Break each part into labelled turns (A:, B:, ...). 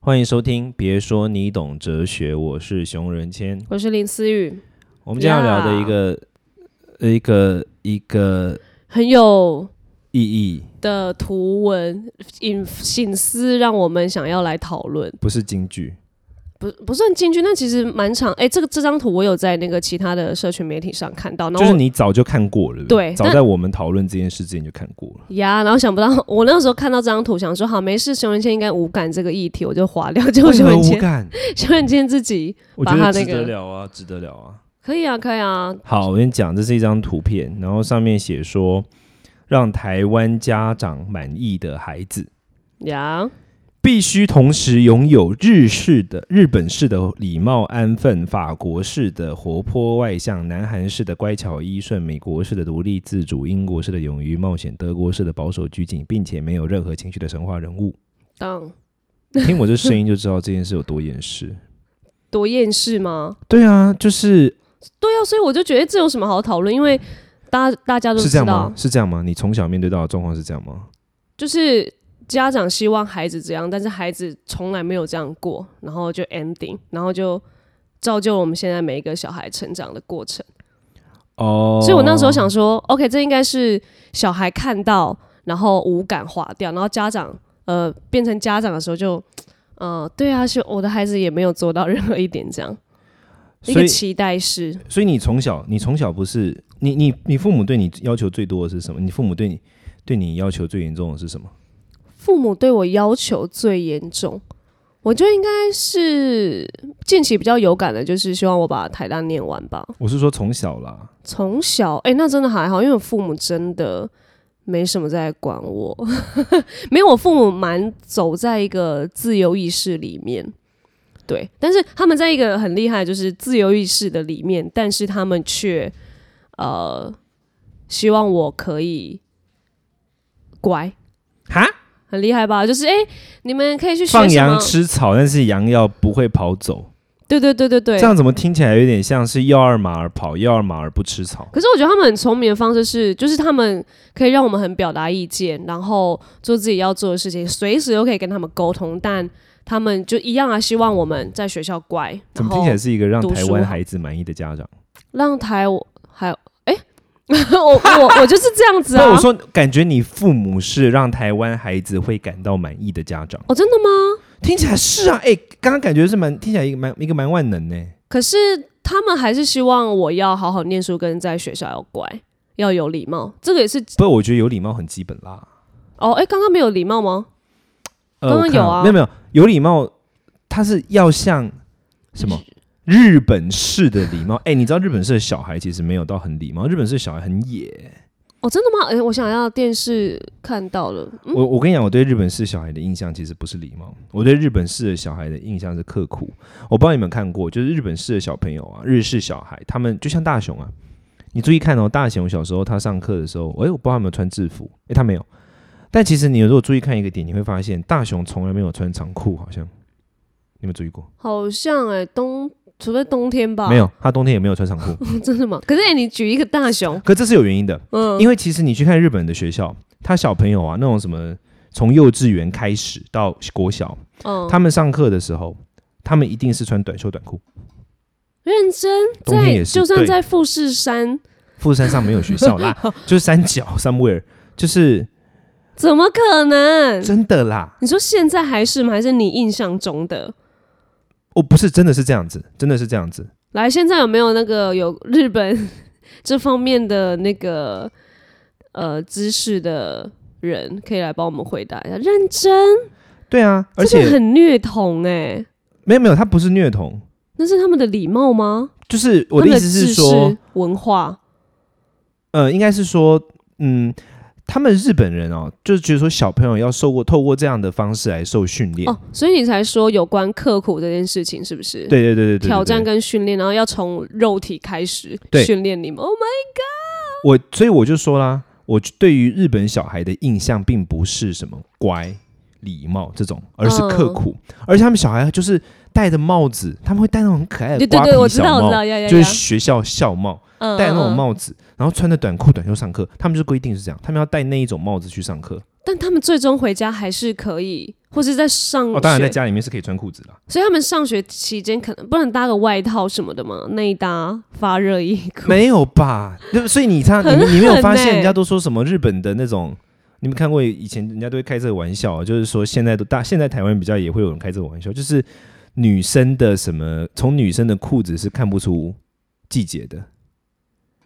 A: 欢迎收听，别说你懂哲学，我是熊仁谦。
B: 我是林思雨，
A: 我们今天要聊的一个一个一个
B: 很有
A: 意义，
B: 的图文隐隐私，让我们想要来讨论，
A: 不是京剧。
B: 不不是很进去，那其实蛮长。哎、这个这张图我有在那个其他的社群媒体上看到，然后
A: 就是
B: 我
A: 你早就看过了，不
B: 对
A: 早在我们讨论这件事之前就看过了。
B: 呀然后想不到我那时候看到这张图，想说好没事，熊仁谦应该无感这个议题，我就划掉，结果
A: 为什
B: 熊
A: 么
B: 仁
A: 无
B: 谦
A: 感？
B: 熊仁谦自己
A: 我
B: 把
A: 觉得
B: 他那
A: 值
B: 个
A: 得聊啊，值得聊啊。
B: 可以啊，可以啊，
A: 好，我跟你讲，这是一张图片，然后上面写说，让台湾家长满意的孩子
B: 呀、
A: 必须同时拥有日式的、日本式的礼貌安分、法国式的活泼外向、南韩式的乖巧依顺、美国式的独立自主、英国式的勇于冒险、德国式的保守拘谨，并且没有任何情绪的神话人 物。
B: 当
A: 听我这声音就知道这件事有多厌世。
B: 多厌世吗？
A: 对啊，就是
B: 对啊，所以我就觉得这有什么好讨论，因为大家大家都
A: 是
B: 知
A: 这样
B: 道
A: 吗？，是这样吗？你从小面对到的状况是这样吗？
B: 就是家长希望孩子这样，但是孩子从来没有这样过，然后就 ending，然后就造就我们现在每一个小孩成长的过程。
A: 哦、
B: 所以我那时候想说，OK，这应该是小孩看到然后无感化掉，然后家长呃变成家长的时候就，呃，对啊，是我的孩子也没有做到任何一点这样。一
A: 所
B: 个
A: 以
B: 期待是，
A: 所以你从小，你从小不是你你你父母对你要求最多的是什么？你父母对你对你要求最严重的是什么？
B: 父母对我要求最严重，我觉得应该是近期比较有感的，就是希望我把台大念完吧。
A: 我是说从小啦，
B: 从小，哎、那真的还好，因为我父母真的没什么在管我， 没有，我父母蛮走在一个自由意识里面，对，但是他们在一个很厉害，就是自由意识的里面，但是他们却呃，希望我可以乖，
A: 哈，
B: 很厉害吧？就是哎、诶你们可以去学
A: 放
B: 什
A: 羊
B: 么？
A: 吃草，但是羊要不会跑走，
B: 对对对对对，
A: 这样怎么听起来有点像是要二马儿跑，要二马儿不吃草？
B: 可是我觉得他们很聪明的方式是，就是他们可以让我们很表达意见，然后做自己要做的事情，随时都可以跟他们沟通，但他们就一样啊，希望我们在学校乖，
A: 怎
B: 然
A: 么
B: 后
A: 听起来是一个让
B: 读
A: 台
B: 书
A: 湾
B: 好
A: 孩子满意的家长？
B: 让台还哎、 我我我就是这样 子
A: 那
B: 啊，
A: 我说，感觉你父母是让台湾孩子会感到满意的家长，
B: 哦真的吗？
A: 听起来是啊，哎、刚刚感觉是蛮听起来一个蛮一个蛮万能呢、
B: 可是他们还是希望我要好好念书，跟在学校要乖，要有礼貌，这个也是
A: 不过我觉得有礼貌很基本啦。
B: 哦哎，刚、刚没有礼貌吗？
A: 呃，
B: 刚
A: 我
B: 刚
A: 看
B: 有
A: 了
B: 啊
A: 没有没有有礼貌，他是要像什么日本式的礼貌？哎、你知道日本式的小孩其实没有到很礼貌，日本式的小孩很野。
B: 哦真的吗？哎、我想要电视看到了，嗯，
A: 我我跟你讲，我对日本式小孩的印象其实不是礼貌，我对日本式的小孩的印象是刻苦。我不知道你们有看过，就是日本式的小朋友啊，日式小孩，他们就像大雄啊，你注意看哦，大雄小时候他上课的时候，哎、我不知道他有没有穿制服，哎、他没有。但其实你如果注意看一个点，你会发现大雄从来没有穿长裤，好像你有没有注意过？
B: 好像哎、冬。除非冬天吧，
A: 没有，他冬天也没有穿长 裤，
B: 真的吗？可是、欸、你举一个大熊，
A: 可这是有原因的，
B: 嗯，
A: 因为其实你去看日本的学校，他小朋友啊，那种什么从幼稚园开始到国小，
B: 嗯
A: 他们上课的时候，他们一定是穿短袖短裤，
B: 认真
A: 冬天
B: 在
A: 也是
B: 就算
A: 对
B: 在富士山，
A: 富士山上没有学校 啦，就是山脚 somewhere，就是
B: 怎么可能？
A: 真的啦，
B: 你说现在还是吗？还是你印象中的？
A: 哦，不是真的是这样子，真的是这样子，
B: 来，现在有没有那个有日本 这方面的那个呃知识的人可以来帮我们回答一下？认真，
A: 对啊，而
B: 这个
A: 且
B: 很虐童哎、
A: 没有没有，他不是虐童，
B: 那是他们的礼貌吗？
A: 就是我的意思
B: 他们
A: 是
B: 知识
A: 说，
B: 文化
A: 呃，应该是说，嗯，他们日本人哦，就是觉得说小朋友要受过透过这样的方式来受训练。
B: 哦，所以你才说有关刻苦这件事情是不是？
A: 对对对对对对
B: 挑战
A: 对
B: 跟训练，然后要从肉体开始
A: 对
B: 训练你们。Oh my，
A: 我，所以我就说啦，我对于日本小孩的印象并不是什么乖、礼貌这种，而是刻
B: 嗯
A: 苦，而且他们小孩就是戴着帽子，他们会戴那种很可爱的
B: 对对
A: 哎瓜皮
B: 对，我知
A: 小
B: 道，我
A: 帽
B: 知，道，呀呀呀，
A: 就是学校校帽，
B: 嗯
A: 戴那种，
B: 嗯
A: 帽子，然后穿着短裤短袖上课，他们就规定是这样，他们要戴那一种帽子去上课。
B: 但他们最终回家还是可以，或嗯是在上学，
A: 哦，当然在家里面是可以穿裤子啦。
B: 所以他们上学期间可能不能搭个外套什么的嘛，内搭发热衣 裤。
A: 没有吧？那所以你看，你
B: 很
A: 们你没有发
B: 狠欸
A: 现人家都说什么日本的那种？你们看过以前人家都会开这个玩笑，啊就是说现在都大，现在台湾比较也会有人开这个玩笑，就是女生的什么，从女生的裤子是看不出季节的，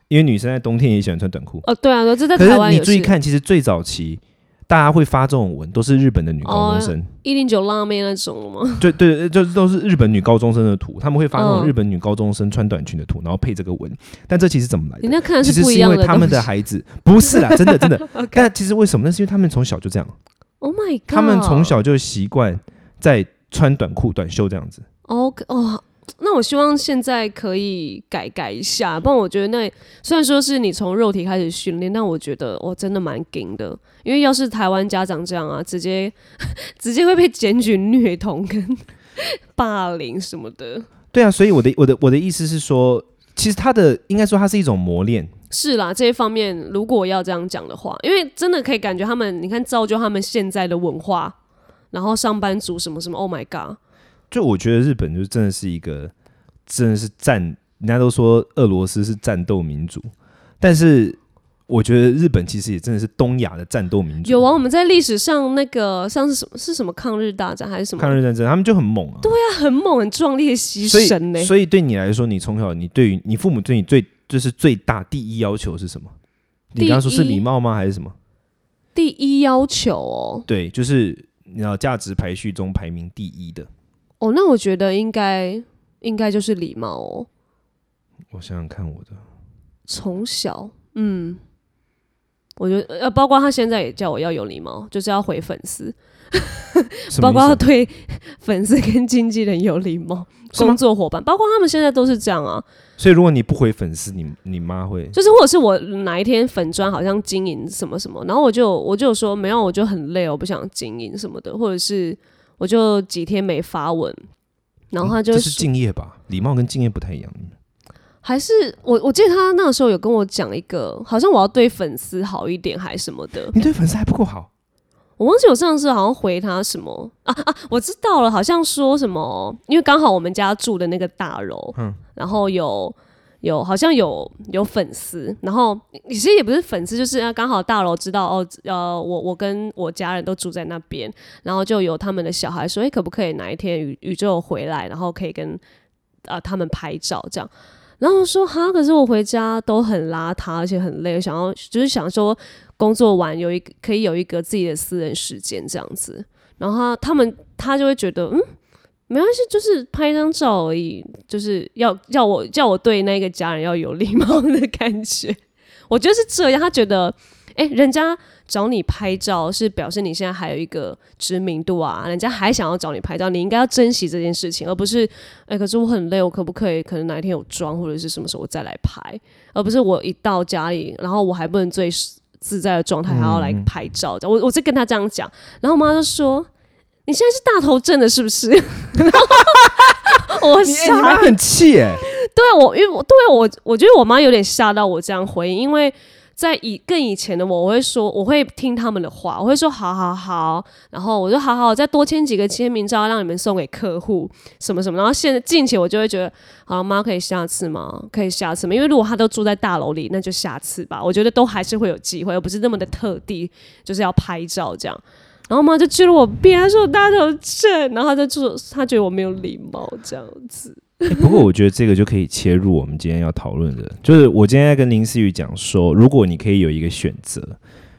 A: 因为女生在冬天也喜欢穿短裤。
B: 哦，对啊，对啊这在
A: 可
B: 台
A: 是
B: 湾
A: 你
B: 也
A: 注意看，其实最早期大家会发这种文，都是日本的女高中 生，
B: 一零九辣妹那种了 吗？
A: 对对，就都是日本女高中生的图，他们会发那种
B: 嗯
A: 日本女高中生穿短裙的图，然后配这个文。但这其实怎么来
B: 人
A: 的？
B: 家看的
A: 其实
B: 不
A: 是
B: 一
A: 因
B: 样
A: 为
B: 的
A: 他们的孩子不是啦，真的真的。
B: OK
A: 但其实为什么？那是因为他们从小就这样，
B: Oh my god！
A: 他们从小就习惯在穿短裤、短袖这样子。
B: OK 哦，那我希望现在可以改改一下，不然我觉得那虽然说是你从肉体开始训练，但我觉得我、哦真的蛮紧的，因为要是台湾家长这样啊，直接 直接会被检举虐童跟霸凌什么的。
A: 对啊，所以我的我的我的意思是说，其实他的应该说它是一种磨练，
B: 是啦，这一方面如果要这样讲的话，因为真的可以感觉他们，你看造就他们现在的文化，然后上班族什么什么，Oh my god，
A: 就我觉得日本就真的是一个，真的是战，人家都说俄罗斯是战斗民族，但是我觉得日本其实也真的是东亚的战斗民族。
B: 有啊，我们在历史上那个像是什么是什么抗日大战还是什么，
A: 抗日战争，他们就很猛啊。对啊，
B: 很猛很壮烈的牺
A: 所
B: 牲欸呢、
A: 以所以对你来说，你从小你对于你父母对你最就是最大第一要求是什么？你刚刚说是
B: 第一
A: 礼貌吗？还是什么？
B: 第一要求哦，
A: 对，就是你知道价值排序中排名第一的。
B: 哦，那我觉得应该应该就是礼貌哦，
A: 我想想看，我的
B: 从小，嗯，我觉得呃，包括他现在也叫我要有礼貌，就是要回粉丝，
A: 什么
B: 包
A: 意
B: 括要
A: 思？
B: 对粉丝跟经纪人有礼貌，
A: 是吗
B: 工作伙伴，包括他们现在都是这样啊，
A: 所以如果你不回粉丝，你你妈会
B: 就是或者是我哪一天粉砖好像经营什么什么，然后我就我就说没有，我就很累，我不想经营什么的，或者是我就几天没发文，然后他就
A: 嗯这
B: 说、
A: 是敬业吧？礼貌跟敬业不太一样。
B: 还是我我记得他那个时候有跟我讲一个，好像我要对粉丝好一点还什么的，
A: 你对粉丝还不够好，
B: 我忘记我上次好像回他什么啊啊，我知道了，好像说什么，因为刚好我们家住的那个大楼，
A: 嗯
B: 然后有。有好像有有粉丝，然后其实也不是粉丝，就是啊刚好大楼知道哦，呃，我我跟我家人都住在那边，然后就有他们的小孩说，哎、可不可以哪一天宇宇宙回来，然后可以跟啊、呃他们拍照这样。然后我说哈，可是我回家都很邋遢，而且很累，我想要就是想说工作完有一个可以有一个自己的私人时间这样子。然后他他们他就会觉得嗯。没关系，就是拍一张照而已，就是要要我叫我对那个家人要有礼貌的感觉。我觉得是这样，他觉得，哎、人家找你拍照是表示你现在还有一个知名度啊，人家还想要找你拍照，你应该要珍惜这件事情，而不是，哎、可是我很累，我可不可以可能哪一天有妆或者是什么时候我再来拍，而不是我一到家里，然后我还不能最自在的状态还要来拍照。我我是跟他这样讲，然后我妈就说。你现在是大头症的，是不是？ 我
A: 你
B: 傻
A: 妈很气哎、
B: 对我，因为我对我，我觉得我妈有点吓到我这样回应，因为在以更以前的我，我会说，我会听他们的话，我会说好好好，然后我就好好再多签几个签名照，让你们送给客户什么什么。然后现在近期我就会觉得，好妈可以下次吗？可以下次吗？因为如果他都住在大楼里，那就下次吧。我觉得都还是会有机会，而不是那么的特地就是要拍照这样。然后妈就揪了我辫，她说我大头症，然后她就说她觉得我没有礼貌这样子。
A: 欸不过我觉得这个就可以切入我们今天要讨论的，就是我今天在跟林思雨讲说，如果你可以有一个选择，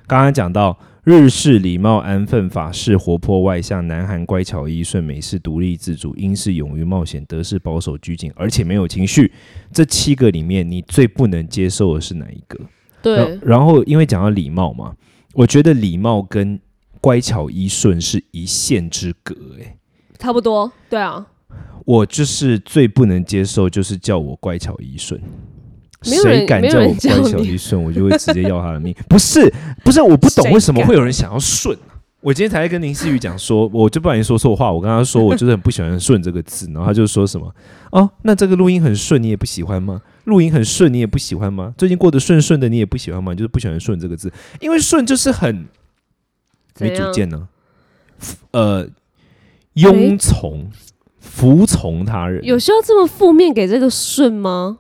A: 刚刚讲到日式礼貌安分，法式活泼外向，南韩乖巧依顺，美式独立自主，英式勇于冒险，德式保守拘谨，而且没有情绪，这七个里面你最不能接受的是哪一个？
B: 对
A: 然，然后因为讲到礼貌嘛，我觉得礼貌跟乖巧依顺是一线之隔、欸，
B: 差不多，对啊，
A: 我就是最不能接受，就是叫我乖巧依顺。
B: 没有人
A: 谁敢叫我乖巧依顺， 我就会直接要他的命。不是，不是，我不懂
B: 谁敢
A: 为什么会有人想要顺、啊。我今天才在跟林思雨讲说，我就不小心说错话，我跟他说我就是很不喜欢“顺”这个字，然后他就说什么哦，那这个录音很顺，你也不喜欢吗？录音很顺，你也不喜欢吗？最近过得顺顺的，你也不喜欢吗？你就是不喜欢“顺”这个字，因为“顺”就是很
B: 怎
A: 没
B: 样
A: 主见呢、呃，庸从、服从他人，
B: 有需要这么负面给这个顺吗？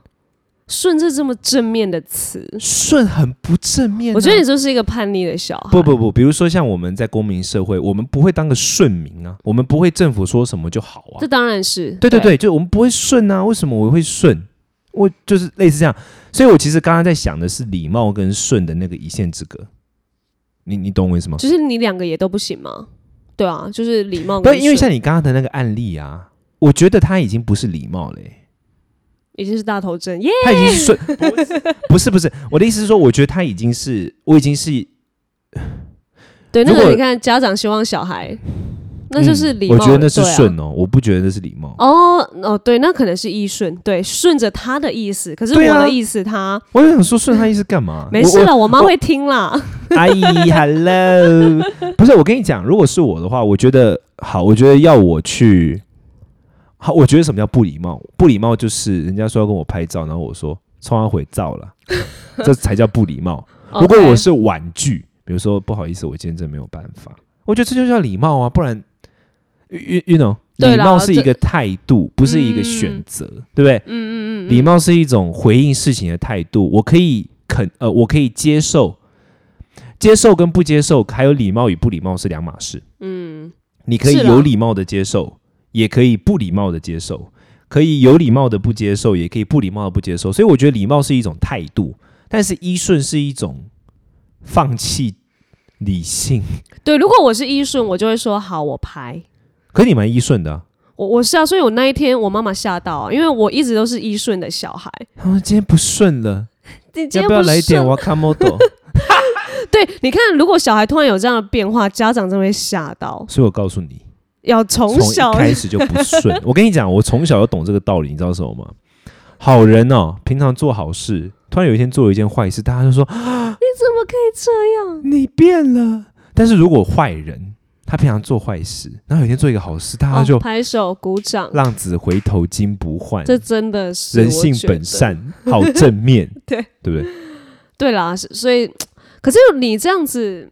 B: 顺是这么正面的词，
A: 顺很不正面啊、
B: 我觉得你就是一个叛逆的小孩。
A: 不不不，比如说像我们在公民社会，我们不会当个顺民啊，我们不会政府说什么就好啊
B: 这。当然是
A: 对对对，就我们不会顺啊。为什么我会顺？我就是类似这样，所以我其实刚刚在想的是礼貌跟顺的那个一线之隔。你你懂我意思吗？
B: 就是你两个也都不行吗？对啊，就是礼貌
A: 不
B: 跟
A: 是，
B: 顺，
A: 因为像你刚刚的那个案例啊，我觉得他已经不是礼貌嘞、
B: 已经是大头针耶
A: 他已经是 顺，不是不是，我的意思是说，我觉得他已经是，我已经是
B: 对，那
A: 如
B: 个
A: 果嗯
B: 你看，家长希望小孩，那就是礼貌，
A: 我觉得那是
B: 对啊
A: 顺哦，我不觉得那是礼貌。
B: 哦哦，对，那可能是依顺，对，顺着他的意思。可是
A: 对
B: 我
A: 啊
B: 的意思他，
A: 我就想说顺他意思干嘛？
B: 没
A: 我
B: 事
A: 我
B: 了，我妈会听啦。
A: 阿姨，hello，不 是我跟你讲，如果是我的话，我觉得好，我觉得要我去，好，我觉得什么叫不礼貌？不礼貌就是人家说要跟我拍照，然后我说冲完回照 了，这才叫不礼貌。如果
B: OK
A: 我是婉拒，比如说不好意思，我今天真的没有办法，我觉得这就叫礼貌啊，不然，you you know，
B: 对
A: 礼
B: 啦
A: 貌是一
B: 这
A: 个态度，不是一个选
B: 嗯
A: 择，对不对？
B: 嗯嗯嗯，
A: 礼貌是一种回应事情的态度，我可以肯呃，我可以接受，接受跟不接受，还有礼貌与不礼貌是两码事。
B: 嗯，
A: 你可以
B: 是啦
A: 有礼貌的接受，也可以不礼貌的接受，可以有礼貌的不接受，也可以不礼貌的不接受。所以我觉得礼貌是一种态度，但是依顺是一种放弃理 性。
B: 对，如果我是依顺，我就会说好，我拍。
A: 可你蛮依顺的啊、
B: 我我是啊，所以我那一天我妈妈吓到、啊，因为我一直都是依顺的小孩。
A: 他们今天不顺了，
B: 你今
A: 要
B: 天
A: 不要来一
B: 顺
A: 点 wakamoto？
B: 对，你看，如果小孩突然有这样的变化，家长真的会吓到，
A: 所以我告诉你，
B: 要从
A: 从
B: 小
A: 一 开始就不 顺。我跟你讲，我从小就懂这个道理，你知道什么吗？好人哦，平常做好事，突然有一天做了一件坏事，大家就说
B: 怎么可以这样？
A: 你变了。 但是如果坏人，他平常做坏事，然后有一天做一个好事，大家就
B: 哦、拍手鼓掌，
A: 浪子回头金不换，
B: 这真的是
A: 人
B: 我
A: 性
B: 觉
A: 本
B: 得。，
A: 善， 好正面
B: 对
A: 对不对？
B: 对啦，是所以，可是你这样子，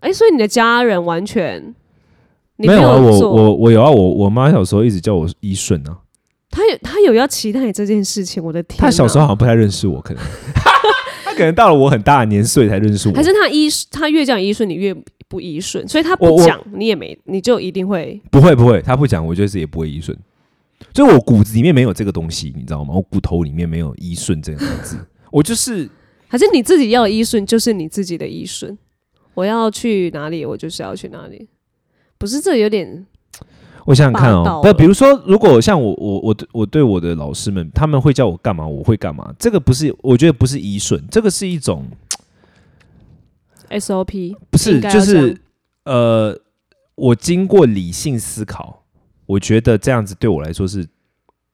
B: 哎、所以你的家人完全你
A: 没啊，我
B: 做，
A: 我我有啊，我我妈小时候一直叫我依顺啊，
B: 他有他有要期待你这件事情，我的天哪！
A: 她小时候好像不太认识我，可 能她可能到了我很大的年岁才认识我
B: 还。是他依他越讲依顺，你越不依顺，所以他
A: 我
B: 不
A: 我
B: 讲，你也没你就一定会
A: 不会不会，他不讲，我就是也不会依顺。所以我骨子里面没有这个东西，你知道吗？我骨头里面没有依顺这个字，我就是
B: 还是你自己要的依顺就是你自己的依顺。我要去哪里，我就是要去哪里。不是这有点
A: 我想想看
B: 霸
A: 哦
B: 道，
A: 不，
B: 了
A: 比如说，如果像我我我我对我的老师们，他们会叫我干嘛，我会干嘛，这个不是，我觉得不是依顺，这个是一种
B: SOP？
A: 不是
B: 应该要
A: 就
B: 这
A: 是
B: 样
A: 呃，我经过理性思考，我觉得这样子对我来说是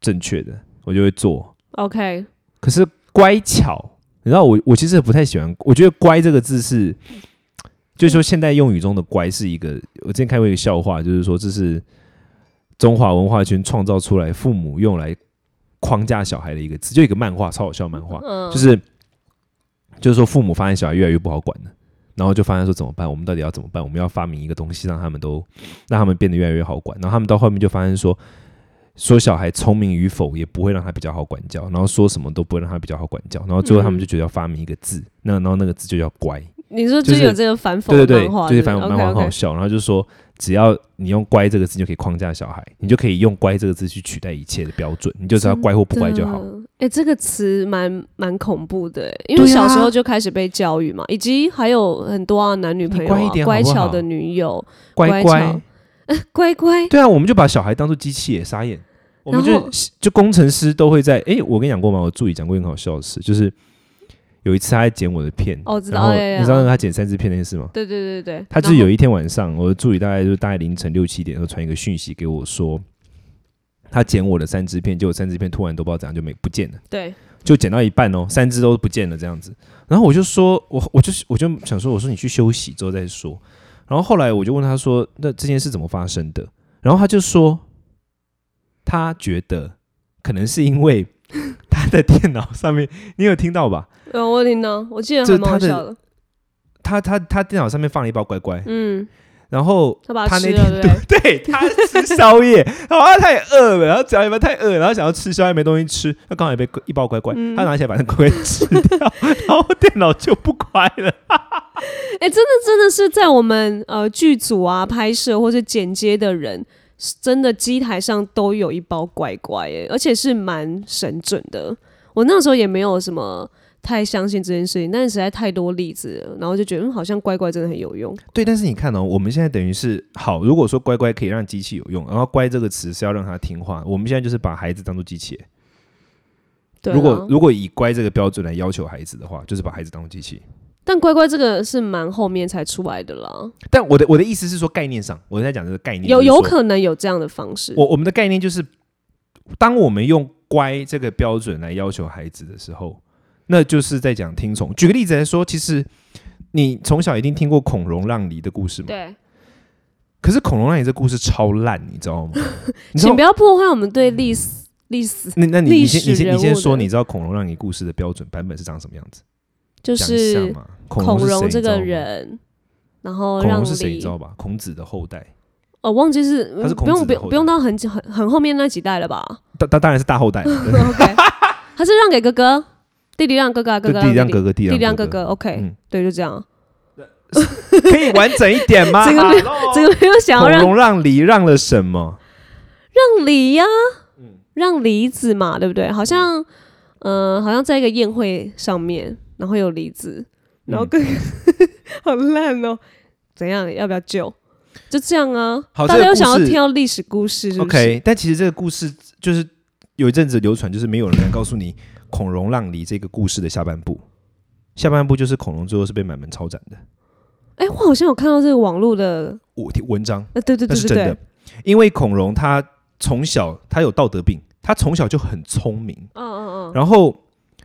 A: 正确的，我就会做。
B: OK，
A: 可是乖巧，你知道我我其实不太喜欢，我觉得“乖”这个字是，就是说现代用语中的“乖”是一个，我之前看过一个笑话，就是说这是中华文化圈创造出来父母用来框架小孩的一个字，就一个漫画，超好笑的漫画，
B: 嗯，
A: 就是就是说父母发现小孩越来越不好管了。然后就发现说怎么办？我们到底要怎么办？我们要发明一个东西，让他们都让他们变得越来越好管。然后他们到后面就发现说，说小孩聪明与否也不会让他比较好管教，然后说什么都不会让他比较好管教。然后最后他们
B: 嗯
A: 就觉得要发明一个字，那然后那个字就叫乖。
B: 你说
A: 就
B: 就是有这个反讽
A: 对对对
B: 漫画，，
A: 就是
B: 不
A: 反正漫画很
B: OK，OK
A: 好笑。然后就说，只要你用“乖”这个字，就可以框架小孩，你就可以用“乖”这个字去取代一切的标准，你就只要乖或不乖就好
B: 真。的。哎、这个词蛮蛮恐怖的、欸，因为
A: 对啊
B: 小时候就开始被教育嘛，以及还有很多啊男女朋友、啊、
A: 你乖一点好不好
B: 巧的女友，
A: 乖
B: 乖巧乖乖。
A: 对啊，我们就把小孩当做机器耶，傻眼。我们
B: 然
A: 就
B: 后
A: 就工程师都会在诶，我跟你讲过吗？我助理讲过一个很好笑的事，就是有一次他在剪我的片，
B: 哦我知道
A: 然后
B: 哎呀呀
A: 你知道他剪三支片那件事吗？
B: 对对对对，
A: 他就
B: 然
A: 是
B: 后
A: 有一天晚上，我的助理大概就大概凌晨六七点，都传一个讯息给我说，他剪我的三支片，结果三支片突然都不知道怎样就没不见了，
B: 对，
A: 就剪到一半哦，三支都不见了这样子。然后我就说，我我就我就想说，我说你去休息之后再说。然后后来我就问他说，那这件事怎么发生的？然后他就说，他觉得可能是因为 他的电脑上面，你有听到吧？
B: 有我听到，我记得
A: 就
B: 还蛮
A: 他
B: 好
A: 的
B: 笑的。
A: 他他他电脑上面放了一包乖乖，
B: 嗯，
A: 然后
B: 他把它
A: 他那
B: 吃了
A: 天
B: 对不
A: 对他吃宵夜， 然后他太饿了，然后只要一半太饿了，然后想要吃宵夜没东西吃，他刚好也被一包乖乖，
B: 嗯
A: 他拿起来把那乖乖吃掉， 然后电脑就不乖了。
B: 哎、真的真的是在我们呃剧组啊拍摄或者剪接的人，是真的机台上都有一包乖乖哎，而且是蛮神准的。我那时候也没有什么太相信这件事情，但是实在太多例子了，然后就觉得、嗯、好像乖乖真的很有用。
A: 对，但是你看哦，我们现在等于是好，如果说乖乖可以让机器有用，然后乖这个词是要让它听话，我们现在就是把孩子当做机器。
B: 对啊，
A: 如果如果以乖这个标准来要求孩子的话，就是把孩子当做机器。
B: 但乖乖这个是蛮后面才出来的啦，
A: 但我的我的意思是说概念上，我在讲这个概念，
B: 有
A: 就是说
B: 有可能有这样的方式。
A: 我我们的概念就是，当我们用乖这个标准来要求孩子的时候，那就是在讲听从。举个例子来说，其实你从小一定听过孔融让梨的故事嘛？
B: 对，
A: 可是孔融让梨这故事超烂，你知 道吗？你知
B: 请
A: 道
B: 不？要破坏我们对历史历史，
A: 那那你
B: 历
A: 你先你
B: 史
A: 先
B: 人
A: 你
B: 物
A: 先说，
B: 的
A: 你知道孔融让梨故事的标准版本是长什么样子？
B: 就
A: 讲一下
B: 是
A: 嘛。
B: 孔
A: 融
B: 融
A: 是谁
B: 这个，
A: 你知道吗
B: 人，然后
A: 孔
B: 让
A: 融是谁？你
B: 梨
A: 知道吧？孔子的后代，
B: 哦，忘记是
A: 他是孔
B: 不
A: 子
B: 用
A: 的
B: 不用
A: 后代
B: 不用到很很很后面那几代了吧
A: 当当当然是大后代，
B: ？OK，他是让给哥哥，弟弟让哥哥啊，哥
A: 对
B: 哥
A: 弟弟让哥
B: 哥，
A: 哥，弟
B: 弟弟让
A: 哥
B: 哥哥。OK，
A: 嗯，
B: 对，就这样。
A: 可以完整一点吗？
B: 这个没
A: Hello
B: 这个没有想要
A: 孔
B: 让
A: 融让梨让了什么？
B: 让梨呀，
A: 嗯
B: 让梨子嘛，对不对？好像呃，好像在一个宴会上面，然后有梨子，
A: 嗯
B: 然后哥哥 好烂哦，怎样？要不要救？就这样啊，
A: 好
B: 大
A: 这个
B: 家又
A: 故
B: 想要
A: 事
B: 挑历史故事是不是
A: OK，但其实这个故事就是有一阵子流传，就是没有人敢告诉你孔融让梨这个故事的下半部。下半部就是孔融最后是被满门抄斩的。
B: 哎、我好像有看到这个网络的，
A: 我文章
B: 呃，对对
A: 那
B: 对
A: 是
B: 对
A: 真
B: 对，
A: 的，因为孔融他从小他有道德病，他从小就很聪明，
B: 嗯嗯嗯，
A: 然后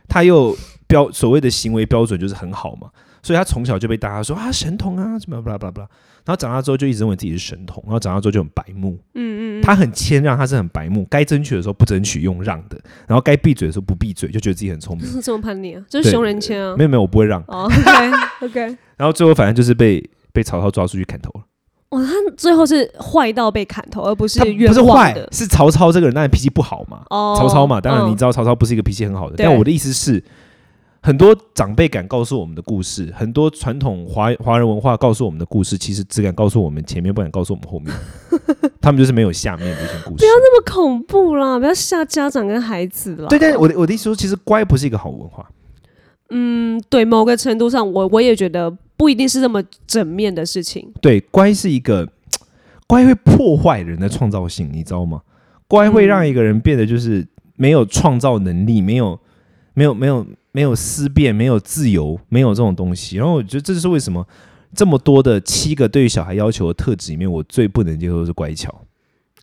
A: 他又标所谓的行为标准就是很好嘛，所以他从小就被大家说啊神童啊什么巴拉巴拉巴拉，然后长大之后就一直认为自己是神童，然后长大之后就很白目，嗯嗯，他很谦让，他是很白目，该争取的时候不争取用让的，然后该闭嘴的时候不闭嘴，就觉得自己很聪明，
B: 这么叛逆啊，就是熊仁谦啊
A: 没。有没有我不会让，
B: 哦，OK OK，
A: 然后最后反正就是被被曹操抓出去砍头了，
B: 哇，他最后是坏到被砍头，而不是
A: 他
B: 冤
A: 不是
B: 枉
A: 坏
B: 的，
A: 是曹操这个人当然脾气不好嘛，
B: 哦。
A: 曹操嘛，当然
B: 嗯
A: 你知道曹操不是一个脾气很好的，
B: 对
A: 但我的意思是，很多长辈敢告诉我们的故事，很多传统华华人文化告诉我们的故事，其实只敢告诉我们前面，不敢告诉我们后 面，他们就是没有下面的一些故事。
B: 这么恐怖啦！不要吓家长跟孩子啦。
A: 对，但是我的我的意思说，其实乖不是一个好文化，
B: 嗯，对，某个程度上，我我也觉得不一定是这么正面的事情。
A: 对，乖是一个乖会破坏人的创造性，你知道吗？乖会让一个人变得就是没有创造能力，没有没有没有没有思辨，没有自由，没有这种东西。然后我觉得这就是为什么这么多的七个对于小孩要求的特质里面，我最不能接受的是乖巧。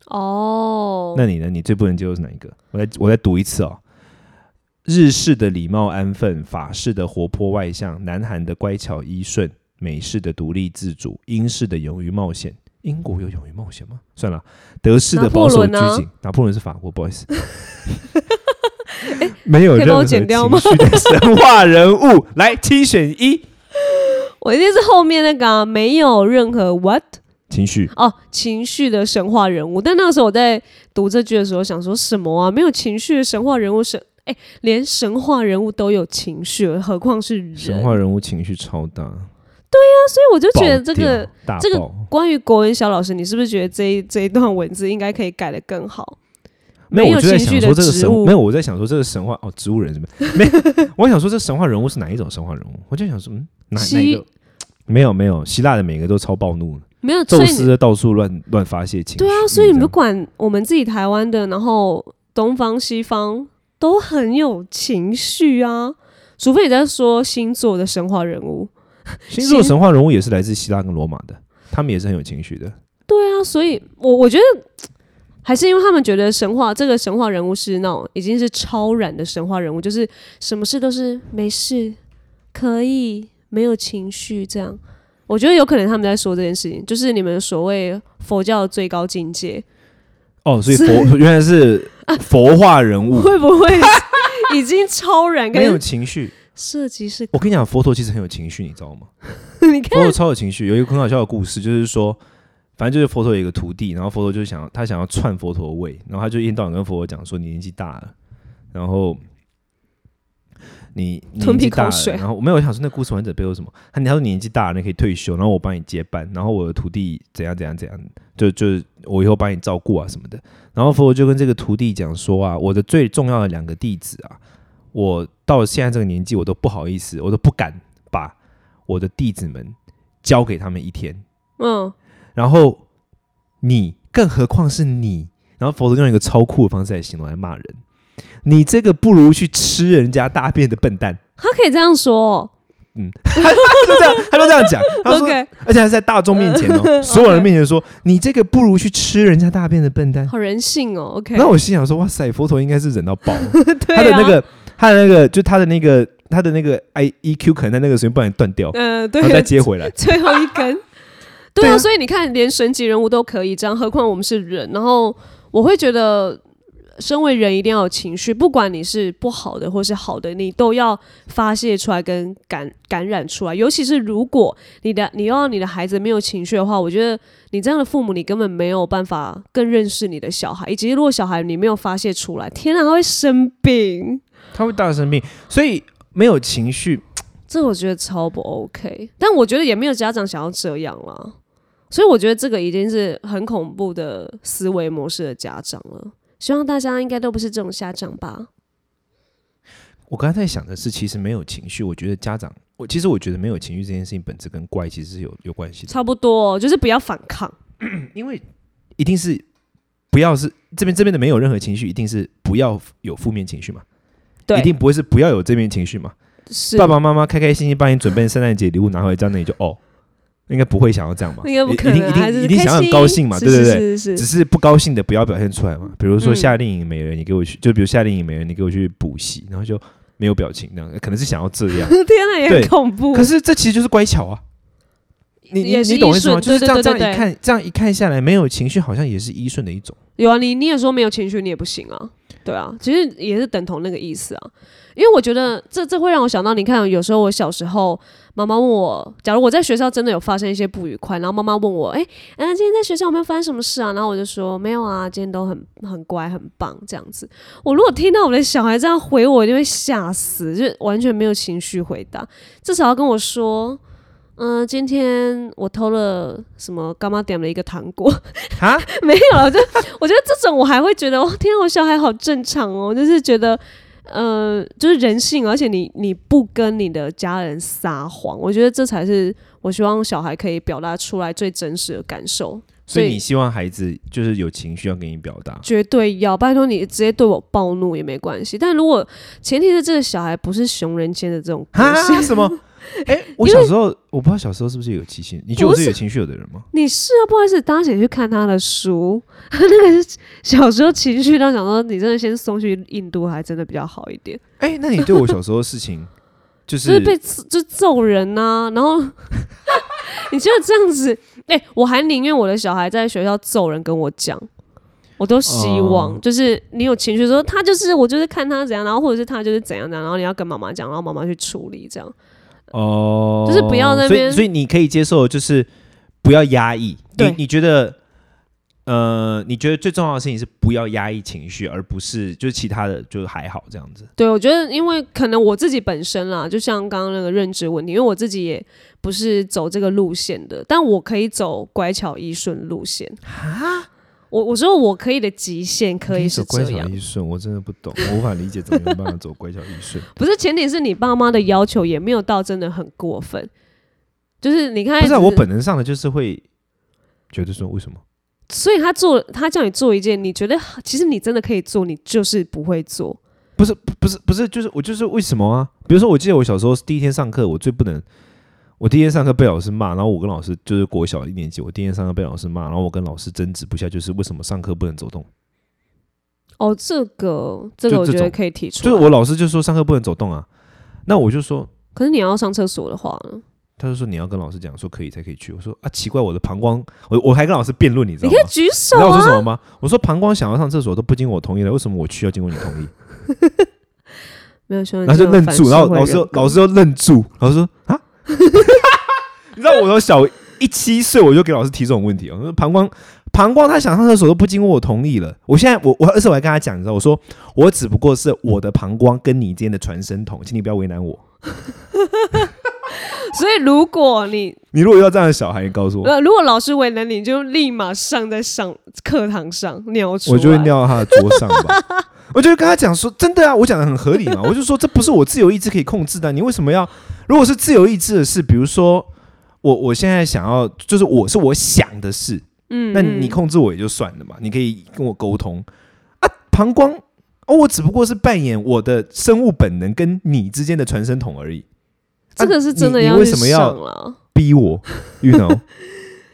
B: 哦，
A: 那你呢？你最不能接受是哪一个？我再我再读一次哦。日式的礼貌安分，法式的活泼外向，南韩的乖巧依顺，美式的独立自主，英式的勇于冒险。英国有勇于冒险吗？算了，德式的
B: 拿破
A: 保守
B: 仑啊
A: 拘
B: 呢
A: 谨，拿破仑是法国，不好意思。 没有
B: 可以
A: 任
B: 帮我
A: 何情
B: 哎剪
A: 绪
B: 掉吗
A: 的神话人物，来七选一。
B: 我一定是后面那个啊、没有任何 what
A: 情绪，
B: 哦，情绪的神话人物。但那个时候我在读这句的时候，想说什么啊？没有情绪的神话人物神，哎、连神话人物都有情绪，何况是人？
A: 神话人物情绪超大，
B: 所以我就
A: 爆
B: 觉得这个
A: 掉大
B: 这个
A: 爆
B: 关于国文小老师，你是不是觉得这一这一段文字应该可以改得更好？
A: 没有，
B: 没有
A: 我就在
B: 情
A: 想
B: 绪
A: 说
B: 的
A: 这个
B: 植
A: 神，
B: 物
A: 没有，我在想说这个神话哦，植物人什么？没 有，我想说这神话人物是哪一种神话人物？我就想说，嗯，哪哪一
B: 希
A: 个？没有没有，希腊的每个都超暴怒的，
B: 没有，所
A: 宙
B: 以你
A: 斯的到处乱乱发泄情绪。
B: 对啊，所以
A: 这
B: 你不
A: 样
B: 管我们自己台湾的，然后东方西方都很有情绪啊，除非你在说星座的神话人物。
A: 星座神话人物也是来自希腊跟罗马的，他们也是很有情绪的。
B: 对啊，所以我我觉得还是因为他们觉得神话这个神话人物是那种已经是超然的神话人物，就是什么事都是没事，可以没有情绪这样。我觉得有可能他们在说这件事情，就是你们所谓佛教的最高境界，
A: 哦， 所以佛原来是
B: 啊
A: 佛化人物，
B: 会不会 已经超然？
A: 嗯没有
B: 跟
A: 情绪。
B: 涉及是，
A: 我跟你讲，佛陀其实很有情绪，你知道吗？
B: 你
A: 佛
B: 看
A: 陀超有情绪，有一个很好笑的故事，就是说反正就是佛陀有一个徒弟，然后佛陀就想他想要篡佛陀的位，然后他就一天到晚跟佛陀讲说你年纪大了，然后你你
B: 吞
A: 年纪
B: 屁口
A: 大了
B: 水
A: 然后我没有我想说那故事完整背后是什么，他他说你年纪大了，你可以退休，然后我帮你接班，然后我的徒弟怎样怎样怎样，就就是我以后帮你照顾啊什么的。然后佛陀就跟这个徒弟讲说啊，我的最重要的两个弟子啊，我到了现在这个年纪，我都不好意思，我都不敢把我的弟子们交给他们一天。
B: 嗯，
A: 然后你，更何况是你，然后佛陀用一个超酷的方式来形容来骂人，你这个不如去吃人家大便的笨 蛋。
B: 他可以这样说哦、
A: 他就这样，他就这样讲，他说
B: OK，
A: 而且还是在大众面前哦，所有人面前 说，你这个不如去吃人家大便的笨蛋。
B: 好人性哦、OK，
A: 那我心想说，哇塞，佛陀应该是忍到爆，
B: 对啊
A: 他的那，个，他的那个，就他的那个，他的那个 I E Q 可能在那个时间不然断掉，
B: 呃，
A: 然后再
B: 对，
A: 接回来。
B: 最后一根。对
A: 对啊
B: 啊，所以你看，连神级人物都可以这样，何况我们是人。然后我会觉得，身为人一定要有情绪，不管你是不好的或是好的，你都要发泄出来跟感感染出来。尤其是如果你的你要让你的孩子没有情绪的话，我觉得你这样的父母，你根本没有办法更认识你的小孩，以及如果小孩你没有发泄出来，天啊，他会生病。
A: 他会大生病，所以没有情绪，
B: 这我觉得超不 OK，但我觉得也没有家长想要这样啦，所以我觉得这个已经是很恐怖的思维模式的家长了。希望大家应该都不是这种家长吧？
A: 我刚才在想的是，其实没有情绪，我觉得家长，我其实我觉得没有情绪这件事情本质跟怪其实是有有关系的，
B: 差不多、就是不要反抗。
A: 因为一定是不要是这边这边的没有任何情绪，一定是不要有负面情绪嘛，
B: 对，
A: 一定不会是不要有正面情绪嘛。
B: 是
A: 爸爸妈妈开开心心帮你准备圣诞节礼物拿回家，那你就哦，应该不会想要这样吧？
B: 应该不可
A: 一
B: 能
A: 定
B: 啊，
A: 一定
B: 还是
A: 一定想要很
B: 开
A: 高兴嘛，
B: 是
A: 对对对。
B: 是是是
A: 只
B: 是，
A: 是不高兴的不要表现出来嘛。比如说
B: 嗯
A: 夏令营没了，你给我去，就比如夏令营没了，你给我去补习，然后就没有表情那样，可能是想要这 样。
B: 天哪，也
A: 对
B: 很恐怖
A: 可。是这其实就是乖巧啊。你你
B: 也是
A: 你懂我意思吗？
B: 依
A: 就是
B: 顺
A: 这样
B: 对
A: 这
B: 对
A: 样
B: 对
A: 一看，这样一看下来，没有情绪好像也是依顺的一种。
B: 有啊，你你也说没有情绪，你也不行啊。对啊，其实也是等同那个意思啊。因为我觉得这这会让我想到，你看，有时候我小时候，妈妈问我，假如我在学校真的有发生一些不愉快，然后妈妈问我，哎、嗯、今天在学校有没有发生什么事啊？然后我就说没有啊，今天都很很乖，很棒这样子。我如果听到我的小孩这样回我，我就会吓死，就完全没有情绪回答，至少要跟我说。嗯、今天我偷了什么干妈点了一个糖果，
A: 哈，
B: 没有了，就我觉得这种我还会觉得，哦，天啊，我小孩好正常哦，就是觉得，呃，就是人性，而且你你不跟你的家人撒谎，我觉得这才是我希望小孩可以表达出来最真实的感受。
A: 所以
B: 对
A: 你希望孩子就是有情绪要给你表 达，
B: 绝对要，拜托你直接对我暴怒也没关系，但如果前提是这个小孩不是熊人间的这种个性，
A: 哈什么？哎、我小时候我不知道小时候是不是有情绪，你觉得我
B: 不
A: 是
B: 是
A: 有情绪有的人吗？
B: 你是啊，不好意思，大家请去看他的书， 那个是小时候情绪到想说，你真的先送去印度还真的比较好一点。
A: 哎、那你对我小时候的事情，就
B: 就是是被刺就揍人呐、然后 你觉得这样子，哎、我还宁愿我的小孩在学校揍人跟我讲，我都希望、
A: 哦
B: 就是你有情绪说他就是我就是看他怎样，然后或者是他就是怎样怎样，然后你要跟妈妈讲，然后妈妈去处理这样。
A: 哦，
B: 就是不要在那边
A: 所以，所以你可以接受，就是不要压抑。你
B: 对
A: 你觉得，呃，你觉得最重要的事情是不要压抑情绪，而不是就是其他的就是还好这样子。
B: 对，我觉得因为可能我自己本身啦，就像刚刚那个认知问题，因为我自己也不是走这个路线的，但我可以走乖巧依顺路线啊。我我说我可以的极限可以是这
A: 乖巧
B: 样，
A: 一顺，我真的不懂，我无法理解怎么有办法走乖巧一 顺。
B: 不是，前提是你爸妈的要求也没有到真的很过分，哎就是你看，
A: 不是、啊、我，本能上的就是会觉得说为什么？
B: 所以他做他叫你做一件你觉得其实你真的可以做，你就是不会做，
A: 不是不不是不是，就是我就是为什么啊？比如说，我记得我小时候第一天上课，我最不能，我第一天上课被老师骂，然后我跟老师就是国小一年级，我第一天上课被老师骂，然后我跟老师争执不下，就是为什么上课不能走动？
B: 哦，这个这个
A: 就
B: 我
A: 这
B: 觉得
A: 种
B: 可以提出
A: 就
B: 来，
A: 是我老师就说上课不能走动啊，那我就说，
B: 可是你要上厕所的话呢，
A: 他就说你要跟老师讲说可以才可以去，我说啊奇怪，我的膀胱，我我还跟老师辩论，你知
B: 你
A: 道
B: 可
A: 吗
B: 以？举
A: 你
B: 手
A: 知道我
B: 啊，
A: 说什么吗？我说膀胱想要上厕所都不经我同意了，为什么我去要经过你同意？
B: 没有说，
A: 然后就愣住，然后老师
B: 说
A: 又老师又愣住，老师说啊，你知道我从小一七岁我就给老师提这种问题哦。我说膀胱，膀胱他想上厕所都不经过我同意了。我现在我我而且我还跟他讲，你知道，我说我只不过是我的膀胱跟你之间的传声筒，请你不要为难我。
B: 所以如果你
A: 你如果遇到这样的小孩，你告诉我，
B: 呃，如果老师为难你，就立马上在上课堂上尿出来。
A: 我就会尿到他的桌上 吧。我就会跟他讲说，真的啊，我讲的很合理嘛。我就说这不是我自由意志可以控制的，你为什么要？如果是自由意志的事，比如说我我现在想要，就是我是我想的事，
B: 嗯，嗯，
A: 那你控制我也就算了嘛，你可以跟我沟通啊。膀胱哦，我只不过是扮演我的生物本能跟你之间的传声筒而已，啊
B: 这个是真的
A: 你你
B: 要
A: 为
B: 去
A: 什么要
B: 上了。
A: 逼我，you know？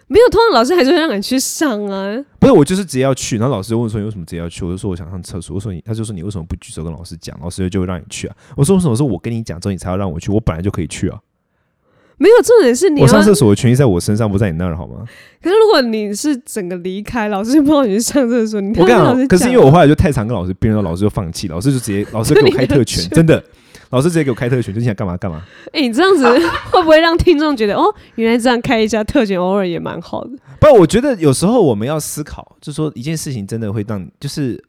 B: 没有，通常老师还是会让你去上啊。
A: 不是，我就是直接要去。然后老师就问说你为什么直接要去？我就说我想上厕所。我说你，他就说你为什么不举手跟老师讲？老师就会让你去啊。我说为什么是我跟你讲之后你才要让我去？我本来就可以去啊。
B: 没有，重点是你要。
A: 我上厕所的权利在我身上，不在你那儿好吗？
B: 可是如果你是整个离开，老师就不让你去上厕所，你
A: 我
B: 看
A: 跟你
B: 跟老
A: 讲，
B: 师讲。
A: 可是因为我后来就太常跟老师辩论，老师就放弃，老师就直接老师给
B: 你
A: 我
B: 的
A: 开特权，
B: 权
A: 真的，老师直接给我开特权，就你想干嘛干嘛。
B: 哎、你这样子 会不会让听众觉得哦，原来这样开一下特权，偶尔也蛮好的？
A: 不，我觉得有时候我们要思考，就说一件事情真的会让，就是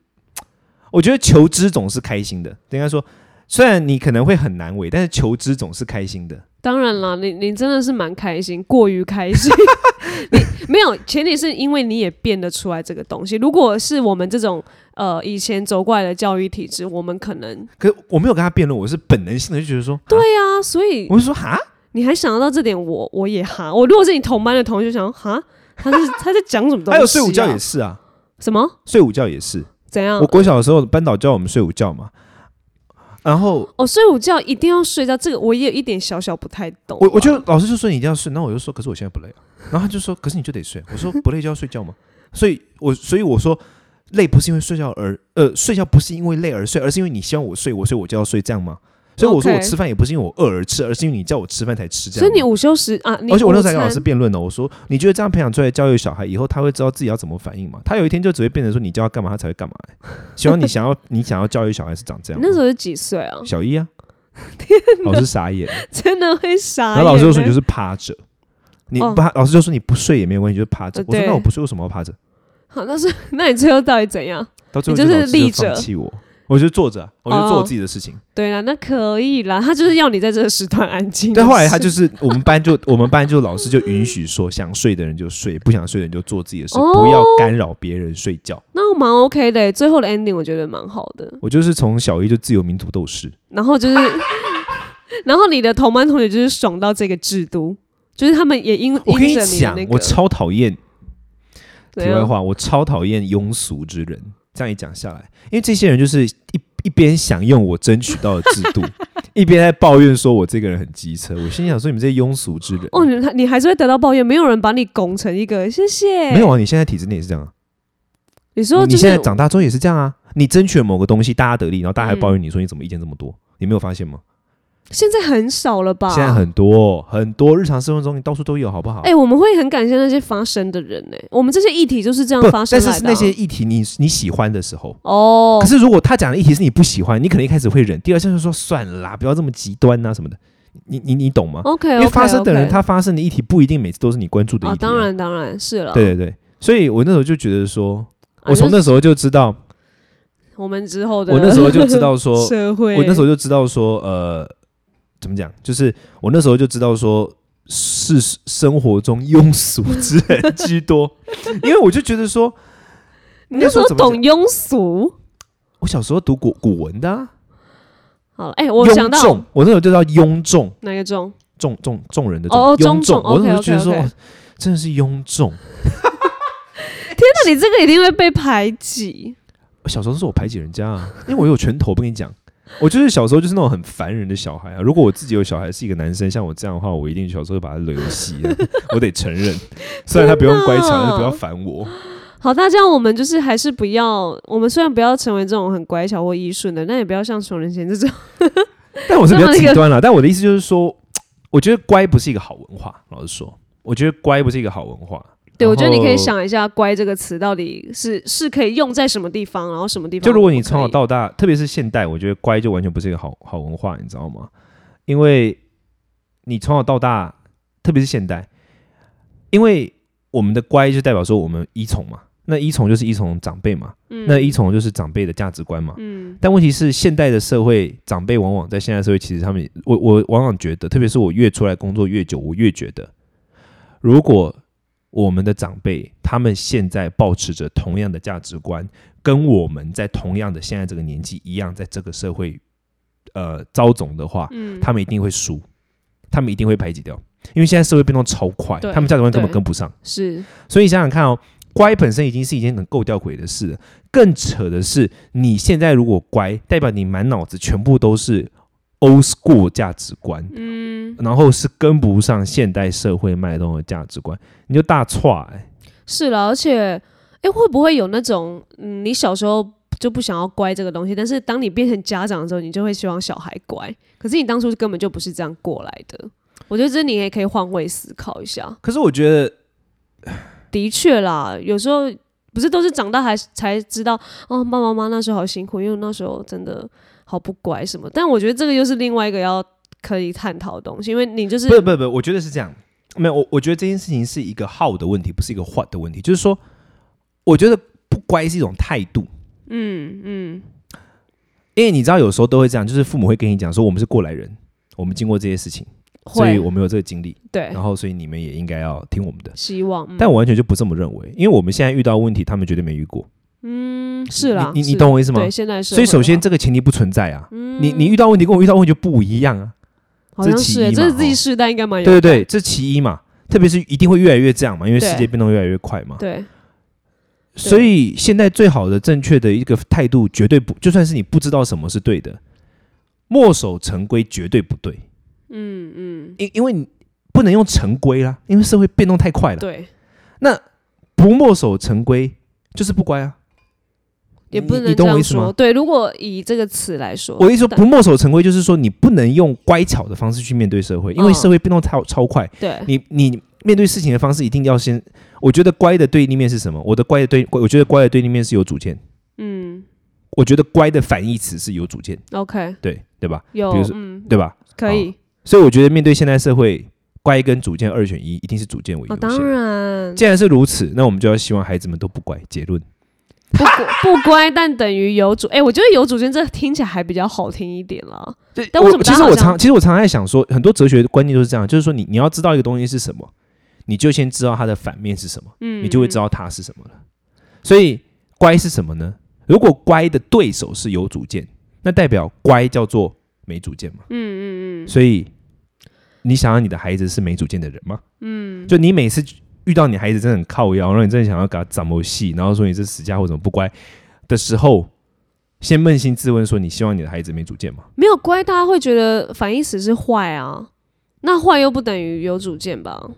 A: 我觉得求知总是开心的。应该说，虽然你可能会很难为，但是求知总是开心的。
B: 当然啦，你你真的是蛮开心，过于 开心。你没有前提是因为你也变得出来这个东西。如果是我们这种呃以前走过来的教育体制，我们可能
A: 可是我没有跟他辩论，我是本能性的就觉得说，
B: 对
A: 啊，
B: 啊，所以
A: 我就说哈，
B: 你还想得到这点，我我也哈。我如果是你同班的同学，想哈，他是他在讲什么东西、啊？
A: 还有睡午觉也是啊，
B: 什么
A: 睡午觉也是。
B: 怎样
A: 我？国小的时候，班导教我们睡午觉嘛，然后
B: 哦，睡午觉一定要睡觉，这个我也有一点小小不太懂啊。
A: 我我就老师就说你一定要睡，那我就说可是我现在不累啊，然后他就说可是你就得睡，我说不累就要睡觉吗？所以我所以我说累不是因为睡觉而呃睡觉不是因为累而睡，而是因为你希望我睡，我睡我就要睡这样吗？所以我说
B: OK
A: 我吃饭也不是因为我饿而吃，而是因为你叫我吃饭才吃这
B: 所
A: 样
B: 以
A: 吗。
B: 你午休时啊，你
A: 而且我那时候还
B: 午
A: 跟
B: 餐
A: 老师辩论哦呢，我说你觉得这样培养出来教育小孩以后，他会知道自己要怎么反应吗？他有一天就只会变成说你叫他干嘛，他才会干嘛、欸。希望你想要你想要教育小孩是长这样
B: 你
A: 吗。
B: 那时候是几岁啊？
A: 小一啊，老师傻眼。
B: 真的会傻眼欸。
A: 然后老师就说你就是趴着，你
B: 哦
A: 趴，老师就说你不睡也没有关系，就是趴着
B: 呃。
A: 我说
B: 对
A: 那我不睡为什么要趴着？
B: 好，那是 那你最后到底怎样？
A: 到最后
B: 你就是
A: 老师
B: 立
A: 放
B: 着
A: 弃我，我就坐着啊，我就做
B: 哦
A: 我自己的事情。
B: 对啦，那可以啦，他就是要你在这个时段安静。
A: 但后来他就是我们班就我们班就老师就允许说想睡的人就睡，不想睡的人就做自己的事，
B: 哦
A: 不要干扰别人睡觉。
B: 那我蛮 OK 的欸，最后的 ending 我觉得蛮好的。
A: 我就是从小一就自由民主斗士，
B: 然后就是， 然后你的同班同学就是爽到这个制度，就是他们也因
A: 我跟
B: 因
A: 你
B: 着你的
A: 讲
B: 那，个啊
A: 我超讨厌
B: 怎
A: 题外
B: 样
A: 话，我超讨厌庸俗之人。这样一讲下来，因为这些人就是一一边享用我争取到的制度， 一边在抱怨说我这个人很机车。我心想说，你们这些庸俗之人，
B: 哦，你你还是会得到抱怨，没有人把你拱成一个谢谢。
A: 没有，啊？你现在体制内也是这样啊，
B: 你说
A: 你
B: 就是
A: 现在长大之后也是这样啊。你争取了某个东西，大家得利，然后大家还抱
B: 嗯
A: 怨你说你怎么意见这么多，你没有发现吗？
B: 现在很少了吧？
A: 现在很多很多日常生活中你到处都有，好不好？
B: 哎、我们会很感谢那些发生的人呢、我们这些议题就是这样
A: 不，
B: 发
A: 但
B: 生
A: 是
B: 来的啊、
A: 是那些议题你你喜欢的时候，
B: 哦
A: 可，是如果他讲的议题是你不喜欢，你可能一开始会忍，第二下就说算了啦，不要这么极端啊呐、什么的。你你你懂吗？
B: 哦 OK，
A: 因为发生的人
B: OK，OK
A: 他发生的议题不一定每次都是你关注的议
B: 啊，
A: 题、
B: 当，然当然是了。
A: 对对对。所以我那时候就觉得说，
B: 啊，
A: 我从
B: 就是
A: 那时候就知道，
B: 我们之后的，
A: 我那时候就知道 说，
B: 社会，
A: 我那时候就知道说，呃，怎么讲？就是我那时候就知道说，是生活中庸俗之人居 多，因为我就觉得说，
B: 你那时候
A: 那时候怎么
B: 懂庸俗。
A: 我小时候读古古文的、啊，
B: 好了，哎、我想
A: 庸
B: 到
A: 众，我那时候就知道庸众，
B: 哪个中？
A: 众众众人的
B: 哦哦
A: 庸
B: 中
A: 众，
B: 众
A: 我那时候觉得说，
B: OK，OK，OK
A: 哦真的是庸众。
B: 天哪，你这个一定会被排挤。
A: 我小时候是我排挤人家啊，因为我有拳头，我不跟你讲。我就是小时候就是那种很烦人的小孩啊。如果我自己有小孩是一个男生，像我这样的话，我一定小时候就把他惹戏啊。 我得承认，虽然他不用乖巧，
B: 真的哦
A: 但是不要烦我。
B: 好，大家我们就是还是不要，我们虽然不要成为这种很乖巧或依顺的，但也不要像熊仁贤这种。
A: 但我是比较
B: 这么
A: 极
B: 那个
A: 端了。但我的意思就是说，我觉得乖不是一个好文化。老实说，我觉得乖不是一个好文化。
B: 对，我觉得你可以
A: 然后
B: 想一下“乖”这个词到底是是可以用在什么地方，然后什么地方不
A: 就
B: 可以。
A: 如果你从小到大，特别是现代，我觉得乖就完全不是一个好好文化，你知道吗？因为你从小到大，特别是现代，因为我们的乖就代表说我们依从嘛，那依从就是依从长辈嘛，
B: 嗯
A: 那依从就是长辈的价值观嘛。
B: 嗯
A: 但问题是，现代的社会，长辈往往在现代社会，其实他们，我我往往觉得，特别是我越出来工作越久，我越觉得，如果我们的长辈他们现在保持着同样的价值观，跟我们在同样的现在这个年纪一样，在这个社会呃遭总的话，
B: 嗯，
A: 他们一定会输，他们一定会排挤掉，因为现在社会变动超快，
B: 对
A: 他们价值观根本
B: 对
A: 跟不上。
B: 是
A: 所以想想看哦，乖本身已经是一件很够吊诡的事了。更扯的是，你现在如果乖，代表你满脑子全部都是 old school 价值观，
B: 嗯
A: 然后是跟不上现代社会脉动的价值观，你就大错哎、
B: 是了，而且哎，会不会有那种嗯，你小时候就不想要乖这个东西，但是当你变成家长之后，你就会希望小孩乖，可是你当初根本就不是这样过来的。我觉得这你也可以换位思考一下。
A: 可是我觉得
B: 的确啦，有时候不是都是长大还才知道哦，爸妈妈那时候好辛苦，因为那时候真的好不乖什么。但我觉得这个又是另外一个要可以探讨的东西，因为你就是
A: 不不不，我觉得是这样。没有，我我觉得这件事情是一个 how 的问题，不是一个 what 的问题。就是说，我觉得不乖是一种态度，
B: 嗯嗯
A: 因为你知道有时候都会这样，就是父母会跟你讲说我们是过来人，我们经过这些事情，所以
B: 会
A: 我哦们有这个经历。
B: 对
A: 然后所以你们也应该要听我们的。
B: 希望，嗯
A: 但我完全就不这么认为，因为我们现在遇到问题，他们绝对没遇过。
B: 嗯是啦，
A: 你你你
B: 是
A: 懂我意思吗
B: 对，？现在是
A: 所以首先这个前提不存在啊，
B: 嗯
A: 你你遇到问题跟我遇到问题就不一样啊，
B: 好像
A: 这其
B: 是欸，
A: 一
B: 这
A: 嘛
B: 是自己
A: 哦
B: 世代应该蛮有
A: 对对对，这其一嘛，特别是一定会越来越这样嘛，因为
B: 对
A: 世界变动越来越快嘛，
B: 对
A: 所以现在最好的正确的一个态度，绝对不就算是你不知道什么是对的，墨守成规绝对不对，
B: 嗯嗯
A: 因因为你不能用成规啦，因为社会变动太快了，
B: 对，
A: 不墨守成规就是不乖啊，
B: 也
A: 你
B: 不
A: 你
B: 能这
A: 懂我
B: 样
A: 意思吗
B: 说。？对，如果以这个词来说，
A: 我一说
B: 但
A: 不墨守成规，就是说你不能用乖巧的方式去面对社会，
B: 嗯
A: 因为社会变动超超快，
B: 对
A: 你你面对事情的方式一定要先，我觉得乖的对立面是什么？我的乖的对，我觉得乖的对立面是有主见，
B: 嗯
A: 我觉得乖的反义词是有主见，
B: OK
A: 对对吧？
B: 有
A: 比如说哦
B: 嗯
A: 对吧？
B: 可以。
A: 所以我觉得面对现代社会，乖跟主见二选一，一定是主见为
B: 哦，
A: 优
B: 当
A: 先。
B: 然，
A: 既然是如此，那我们就要希望孩子们都不乖。结论，
B: 不乖不乖，但等于有主。哎、我觉得有主见这听起来还比较好听一点啦。但为什
A: 我
B: 么
A: 其
B: 大家
A: 实
B: 好
A: 我
B: 像
A: 常其实我常在想说，很多哲学观念都是这样，就是说你你要知道一个东西是什么，你就先知道它的反面是什么。
B: 嗯，
A: 你就会知道它是什么了。所以乖是什么呢？如果乖的对手是有主见，那代表乖叫做没主见嘛。
B: 嗯。嗯嗯
A: 所以你想要你的孩子是没主见的人吗？嗯，就你每次遇到你孩子真的很靠腰，然后你真的想要给他掌某戏，然后说你这死家伙怎么不乖的时候，先扪心自问说，你希望你的孩子没主见吗
B: 嗯，？没有乖，大家会觉得反义词是坏啊。那坏又不等于有主见吧？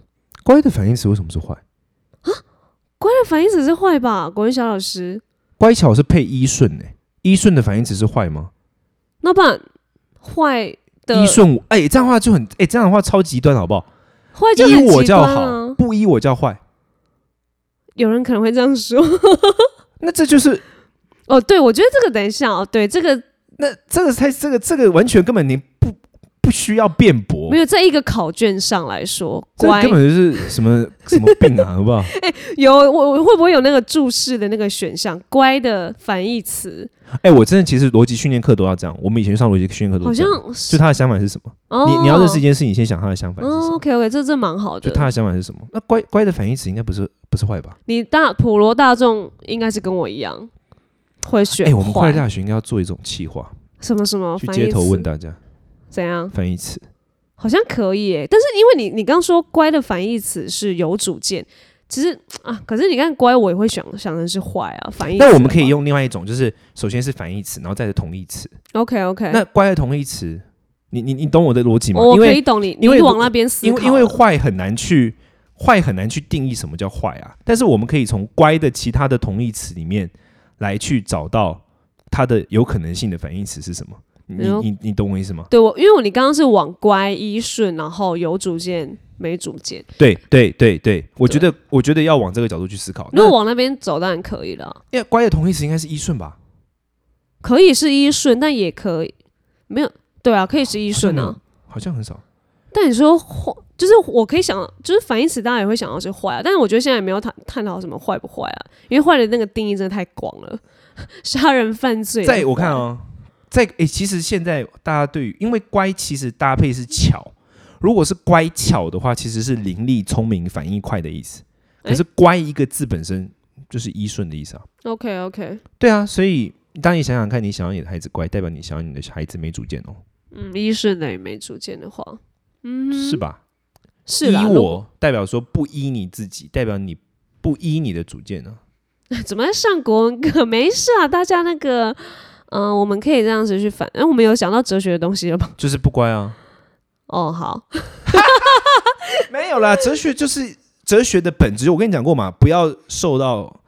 A: 乖的反义词为什么是坏？
B: 乖的反义词是坏吧？国文小老师，
A: 乖巧是配依顺呢、欸依顺的反义词是坏吗？
B: 那不然坏的
A: 依顺，哎、这样的话就很，哎、这样的话超极端，好不好？
B: 坏就
A: 依
B: 很
A: 我
B: 极
A: 叫
B: 端
A: 好，
B: 啊。
A: 不依我叫坏，
B: 有人可能会这样说。
A: 那这就是
B: 哦，对，我觉得这个等一下哦，对，这个
A: 那这个才这个这个完全根本你不不需要辩驳
B: 没，有在一个考卷上来说，
A: 这
B: 乖
A: 根本就是什 么什么病啊，好不好？
B: 有我我会不会有那个注释的那个选项？乖的反义词
A: 哎、我真的其实逻辑训练课都要这样，我们以前上逻辑训练课都
B: 好
A: 是这
B: 像
A: 样就是他的想法是什么？
B: 哦，
A: 你你要认识一件事情，你先想他的想法是什
B: 哦
A: 么？
B: ，OK OK，这这蛮好
A: 就
B: 的。
A: 他的想法是什么？那乖乖的反义词应该不是不是坏吧？
B: 你大普罗大众应该是跟我一样会选
A: 哎、
B: 坏、
A: 我们快乐大学应该要做一种企划，
B: 什么什么
A: 去
B: 反义
A: 街头
B: 哦词
A: 问大家
B: 怎样？
A: 翻译词。
B: 好像可以耶，但是因为你你刚说乖的反义词是有主见，其实啊，可是你看乖，我也会想想成是坏啊，反义词的话。
A: 那我们可以用另外一种，就是首先是反义词，然后再是同义词。
B: OK OK，
A: 那乖的同义词，你你你懂我的逻辑吗？
B: 哎哦我
A: 因
B: 可
A: 为
B: 以懂你，
A: 因为
B: 你往那边思
A: 因
B: 考
A: 为
B: 了，
A: 因为坏很难去坏很难去定义什么叫坏啊，但是我们可以从乖的其他的同义词里面来去找到它的有可能性的反义词是什么。你
B: 哎呦
A: 你你懂我意思吗？
B: 对我，因为你刚刚是往乖依顺，然后有主见没主见，
A: 对对对对，我觉
B: 对
A: 得我觉得要往这个角度去思考。那
B: 如果往那边走，当然可以了，啊
A: 因为乖的同义词应该是依顺吧？
B: 可以是依顺，但也可以没有对啊，可以是依顺
A: 好像没
B: 啊
A: 有。好像很少。
B: 但你说坏就是我可以想，就是反义词当然也会想到是坏啊，但是我觉得现在也没有探探讨什么坏不坏啊，因为坏的那个定义真的太广了， 杀人犯罪。啊
A: 在我看，哦，在诶、其实现在大家对于因为乖，其实搭配是巧。如果是乖巧的话，其实是伶俐、聪明、反应快的意思。可是乖一个字本身就是依顺的意思啊。
B: OK OK，
A: 对啊，所以当你想想看，你想要你的孩子乖，代表你想要你的孩子没主见哦，
B: 嗯，一顺等于没主见的话，
A: 是吧？
B: 嗯是啦。
A: 依
B: 如
A: 我代表说不依你自己，代表你不依你的主见啊呢、
B: 怎么在上国文课？没事啊，大家那个，嗯、我们可以这样子去反。哎、我们有讲到哲学的东西了吗？
A: 就是不乖 啊。
B: 哦，好，
A: 没有啦， 哲学就是哲学的本质。我跟你讲过嘛，不要受到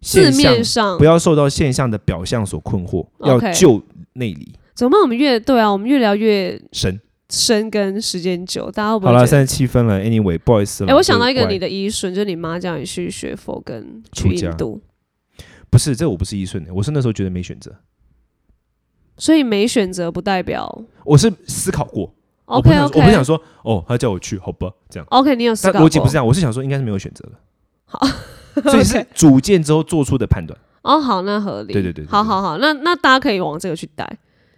B: 字
A: 现象
B: 面，上
A: 不要受到现象的表象所困惑，要
B: 嗯 OK
A: 就内里
B: 怎么我们越对啊，我们越聊越
A: 神。
B: 深跟时间久，大家会不
A: 好
B: 会
A: 了，
B: 觉得？
A: 三十七分了，anyway，不好意思
B: 哎、
A: 了。
B: 我想到一
A: 这
B: 个
A: 怪
B: 你的医顺，就是你妈叫你去学佛跟
A: 出
B: 去
A: 家
B: 印度，
A: 不是这我不是一顺的，我是那时候觉得没选择，
B: 所以没选择不代表
A: 我是思考过。我不
B: OK
A: 想说
B: OK
A: 我不想说哦，他叫我去，好吧，这样。
B: OK，你有思
A: 但
B: 考过
A: 逻辑不是这样，我是想说应该是没有选择的。
B: 好，
A: 所以是主见之后做出的判断。
B: 哦，好，那合理，
A: 对对对对
B: 好好好，那那大家可以往这个去带，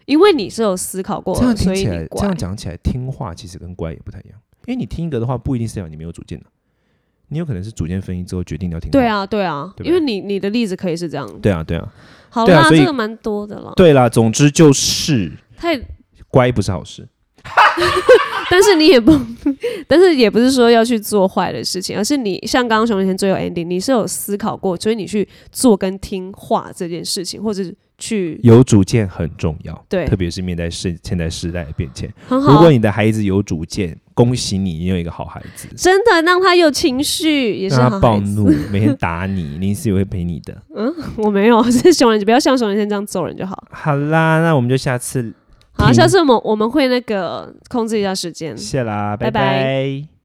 B: 因为你是有思考过
A: 这样
B: 的，
A: 听
B: 所以
A: 起
B: 你
A: 来，这
B: 乖
A: 样。讲起来，听话其实跟乖也不太一样，因为你听一个的话，不一定是要你没有主见的，你有可能是主见分析之后决定你要听话。
B: 对，啊，对啊，
A: 对不对
B: 因为你你的例子可以是这样，
A: 对啊，对啊，
B: 好
A: 对啊
B: 啦，
A: 所以
B: 这个蛮多的啦。
A: 对啦。总之就是
B: 太，
A: 乖不是好事，
B: 但是你也不， 但是也不是说要去做坏的事情，而是你像刚刚熊仁贤最后 ending，你是有思考过，所以你去做跟听话这件事情，或者是去
A: 有主见很重要，
B: 对
A: 特别是面对现现代时代的变迁。
B: 很
A: 如
B: 好啊
A: 果，你的孩子有主见，恭喜你，你有一个好孩子。
B: 真的让他有情绪，也是
A: 让
B: 好
A: 他暴
B: 孩 子。
A: 怒，每天打你，林思也会陪你的。
B: 我没有， 是熊仁贤，不要像熊仁贤这样揍人就好。
A: 好啦，那我们就下次
B: 好，啊
A: 听
B: 下次我们我们会那个控制一下时间。
A: 谢啦，
B: 拜
A: 拜拜